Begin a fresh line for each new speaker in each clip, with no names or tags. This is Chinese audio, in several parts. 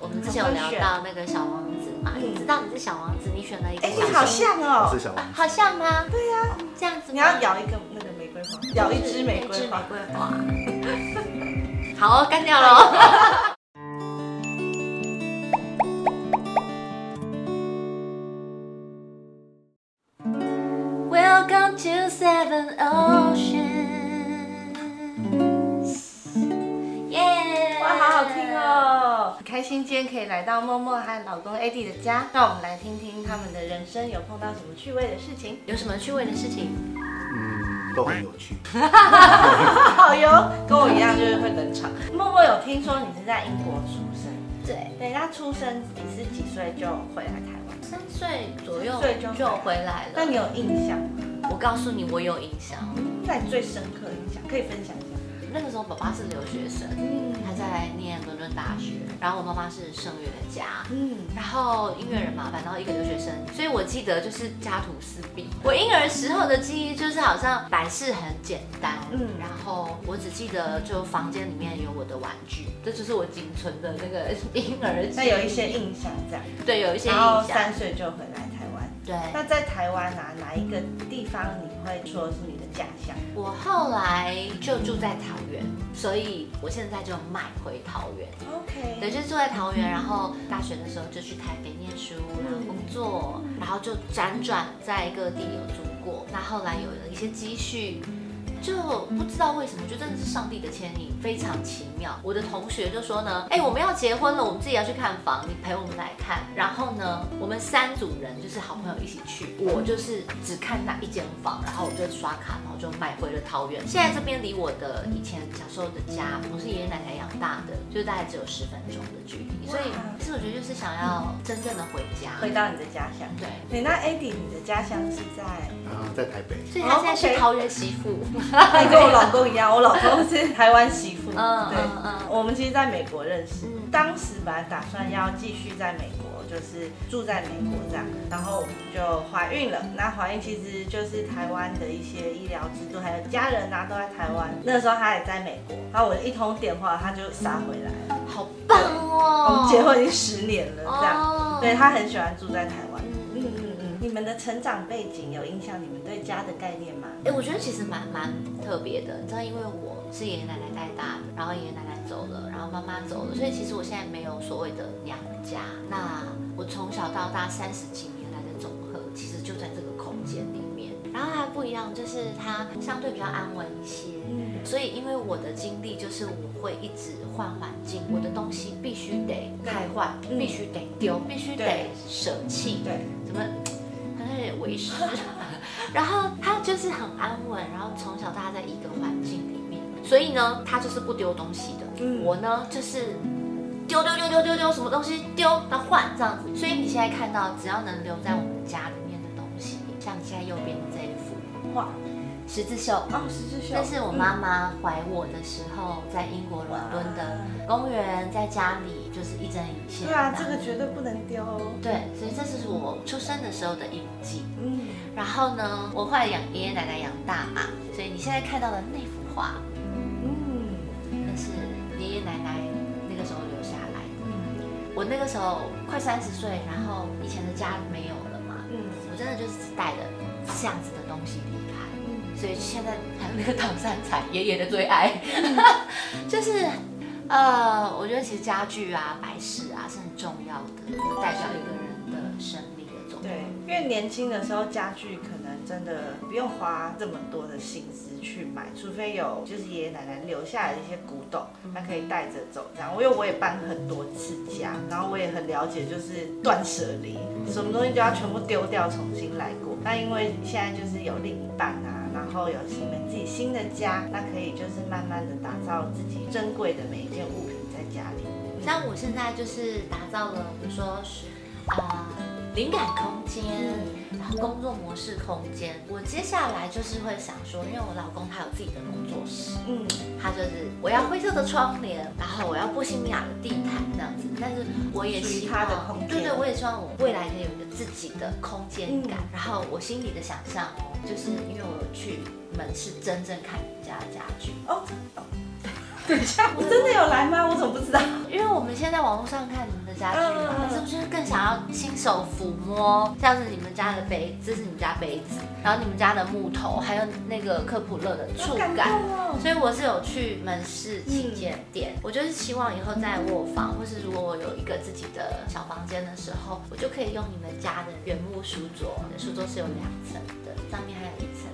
我们之前有聊到那个小王子嘛，
嗯
你知道你是小王子，你选了一个
哎，
小
你
王子
好像
我
哦
是，小
啊
王子，
好像吗？对呀、这样子吗
你要咬一个那个玫瑰花，咬一支玫
一
瑰
枝
花
玫。瑰花。好哦，干掉了哦。Welcome to Seven Oceans，耶、
哇，好好听！哦！很开心今天可以来到默默和老公 AD 的家，让我们来听听他们的人生有碰到什么趣味的事情。
有什么趣味的事情？
嗯，都很有趣。
好哟，跟我一样就是会冷场。默默有听说你是在英国出生，
对，
对，那出生你是几岁就回来台湾？
三岁左右
三岁就
就回来了。
那你有印象吗？
我告诉你，我有印象。
那你最深刻的印象可以分享一下？
那个时候，爸爸是留学生，
嗯
他在念伦敦大学，然后我妈妈是声乐家。
嗯，
然后音乐人嘛，反正一个留学生，所以我记得就是家徒四壁。我婴儿时候的记忆就是好像摆饰很简单，嗯
嗯，
然后我只记得就房间里面有我的玩具，这就是我仅存的那个婴儿记忆。
那有一些印象这样，
对，有一些印
然后
象，
三岁就回来台湾。
对。
那在台湾啊，哪一个地方你会说是你的家乡？
我后来就住在桃园，所以我现在就买回桃园。
OK，
对，就是住在桃园，然后大学的时候就去台北念书，然后工作，然后就辗转在各地有住过。那后来有了一些积蓄，就不知道为什么，就真的是上帝的牵引，非常奇妙。我的同学就说呢，哎、我们要结婚了，我们自己要去看房，你陪我们来看。然后呢，我们三组人就是好朋友一起去，我就是只看那一间房，然后我就刷卡，然后就买回了桃园。现在这边离我的以前小时候的家，我是爷爷奶奶养大的，就是大概只有十分钟的距离。所以，其实我觉得就是想要真正的回家，
回哦到你的家乡。
对。
对，那 AD，你的家乡是 在？
然后啊在台北，
所以他现在是桃园媳妇，
嗯那跟我老公一样，我老公是台湾媳妇。
嗯
对哦
嗯，嗯，
我们其实在美国认识
嗯，
当时本来打算要继续在美国，就是住在美国这样，然后我们就怀孕了。那怀孕其实就是台湾的一些医疗制度，还有家人啊都在台湾。那时候他也在美国，然后我一通电话他就杀回来了。
好棒哦！
我们结婚已经十年了，这样。
哦
对他很喜欢住在台湾。
嗯
嗯嗯嗯，你们的成长背景有影响你们对家的概念吗？
哎、我觉得其实蛮蛮特别的，你知道，因为我是爷爷奶奶带大的，然后爷爷奶奶走了，然后妈妈走了，所以其实我现在没有所谓的娘家。那我从小到大三十几年来的总和，其实就在这个空间里面。然后它不一样，就是它相对比较安稳一些。
嗯，
所以，因为我的经历就是我会一直换环境，我的东西必须得汰换，
嗯
必须得丢，必须得
对
舍弃。
对，
怎么好像有点 为师。然后他就是很安稳，然后从小大家在一个环境里面，所以呢，他就是不丢东西的。
嗯
我呢就是丢丢丢丢丢丢什么东西丢，那换这样子。所以你现在看到，只要能留在我们家里面的东西，像你现在右边的这一幅
哇，
十字绣，
哦，十字绣，
这是我妈妈怀我的时候，在英国伦敦的公园，在家里就是一针一线。
嗯对啊，这个绝对不能丢哦。
对，所以这是我出生的时候的印记。
嗯，
然后呢，我后来养爷爷奶奶养大嘛，所以你现在看到的那幅画，
嗯
那是爷爷奶奶那个时候留下来的。
嗯
我那个时候快三十岁，然后以前的家没有了嘛，
嗯
我真的就是带着这样子的东西离开，
嗯
所以现在还有那个唐三彩，爷爷的最爱， 就是。呃，我觉得其实家具啊、摆饰啊是很重要的，代表一个人的生命的总和。
对，因为年轻的时候家具可能真的不用花这么多的心思去买，除非有就是爷爷奶奶留下来的一些古董，那可以带着走这样。因为我也搬很多次家，然后我也很了解就是断舍离，什么东西就要全部丢掉，重新来过。那因为现在就是有另一半啊，然后有你们自己新的家，那可以就是慢慢的打造自己珍贵的每一件物品在家里。
像我现在就是打造了，比如说是啊、灵感空间，然后工作模式空间。我接下来就是会想说，因为我老公他有自己的工作室，
嗯，
他就是我要灰色的窗帘，然后我要波西米亚的地毯这样子。但是我也希
属于
望，
他的空间
对对，我也希望我未来可以有一个自己的空间感。然后我心里的想象，哦就是因为我有去门市真正看人家的家具，
哦，真的哦 等一下，我真的有来吗？我怎么不知道？
因为我们现在网络上看你们的家具嘛
嗯，
但是不是更想要亲手抚摸？像是你们家的杯，这是你们家杯子，然后你们家的木头，还有那个科普勒的触
好
感。
动哦！
所以我是有去门市旗舰店，我就是希望以后在卧房，或是如果我有一个自己的小房间的时候，我就可以用你们家的原木书桌，书桌是有两层的，上面还有一层，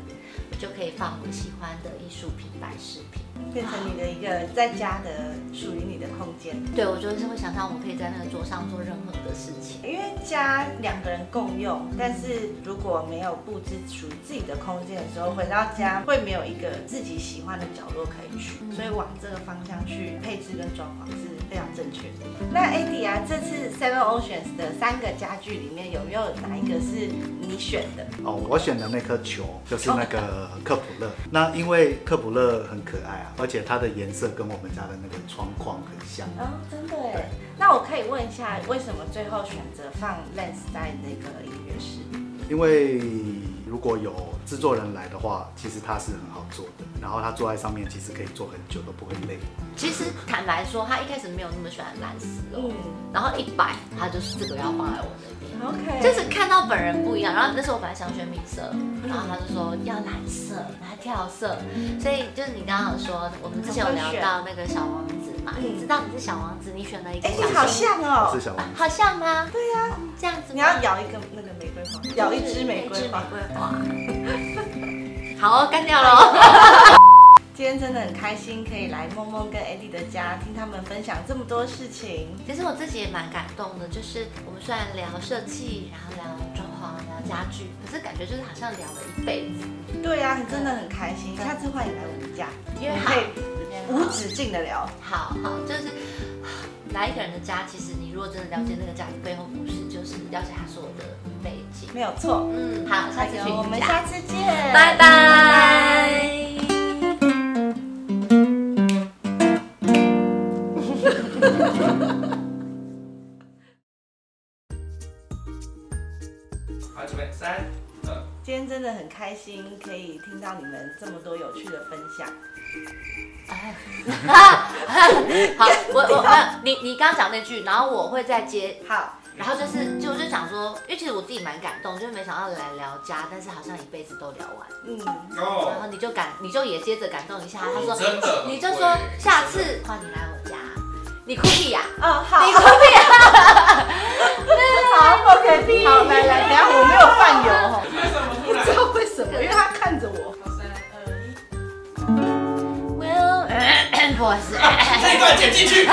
我就可以放我喜欢的艺术品、摆饰品。
变成你的一个在家的属于你的空间，
对，我就是会想象我可以在那个桌上做任何的事情。
因为家两个人共用，但是如果没有布置属于自己的空间的时候，回到家会没有一个自己喜欢的角落可以去，所以往这个方向去配置跟装潢是非常正确的。那 Adi 啊，这次 Seven Oceans 的三个家具里面有没有哪一个是你选的？
哦，我选的那颗球就是那个科普勒。那因为科普勒很可爱啊，而且它的颜色跟我们家的那个窗框很像。
哦，真的
对
耶。那我可以问一下，为什么最后选择放 Lens 在那个音乐室？
因为如果有制作人来的话，其实它是很好做的，然后它坐在上面其实可以坐很久都不会累。
其实坦白说，他一开始没有那么喜欢蓝丝哦，
嗯
然后一摆他就是这个要放在我这边。
，OK，
就是看到本人不一样，然后那时候我本来想选米色，然后他就说要蓝色，他跳色，所以就是你刚刚有说，我们之前有聊到那个小王子嘛，
嗯
你知道你是小王子，你选了一个
哎、
小
你好
星，
像哦、
是小王子，
好像吗？对呀、这样子吗
你要咬一个那个玫瑰花，咬一支玫瑰
一
花。
支玫瑰花。 好，哦干掉 了。
今天真的很开心，可以来梦梦跟 Eddie 的家，听他们分享这么多事情。
其实我自己也蛮感动的，就是我们虽然聊设计，然后聊装潢，聊家具，可是感觉就是好像聊了一辈子。
对呀、真的很开心。下次欢迎来我们家，
因为
我们
好
可以无止境的聊。
好好，就是来一个人的家，其实你如果真的了解那个家的背后故事，就是了解他所有的背景。
没有错。
嗯，好，下次去
哎呦我们
你家
下次见，
拜拜。
好，准备三二。
今天真的很开心，可以听到你们这么多有趣的分享。
好，我我我，你你刚讲那句，然后我会再接
好，
然后就是，就我就想说，因为其实我自己蛮感动，就是没想到来聊家，但是好像一辈子都聊完。
嗯。
然后
哦，
你就感，你就也接着感动一下。他
你
说，
真的很会，
你就说下次换你来我家，你哭屁 呀、
哦，好，
你哭屁呀、
好，我肯定。好，来来，等一下我没有放油哦，
为什么突
不
然
知？道为什么，因为他看着我。
Well，不好意思。
这一段剪进去。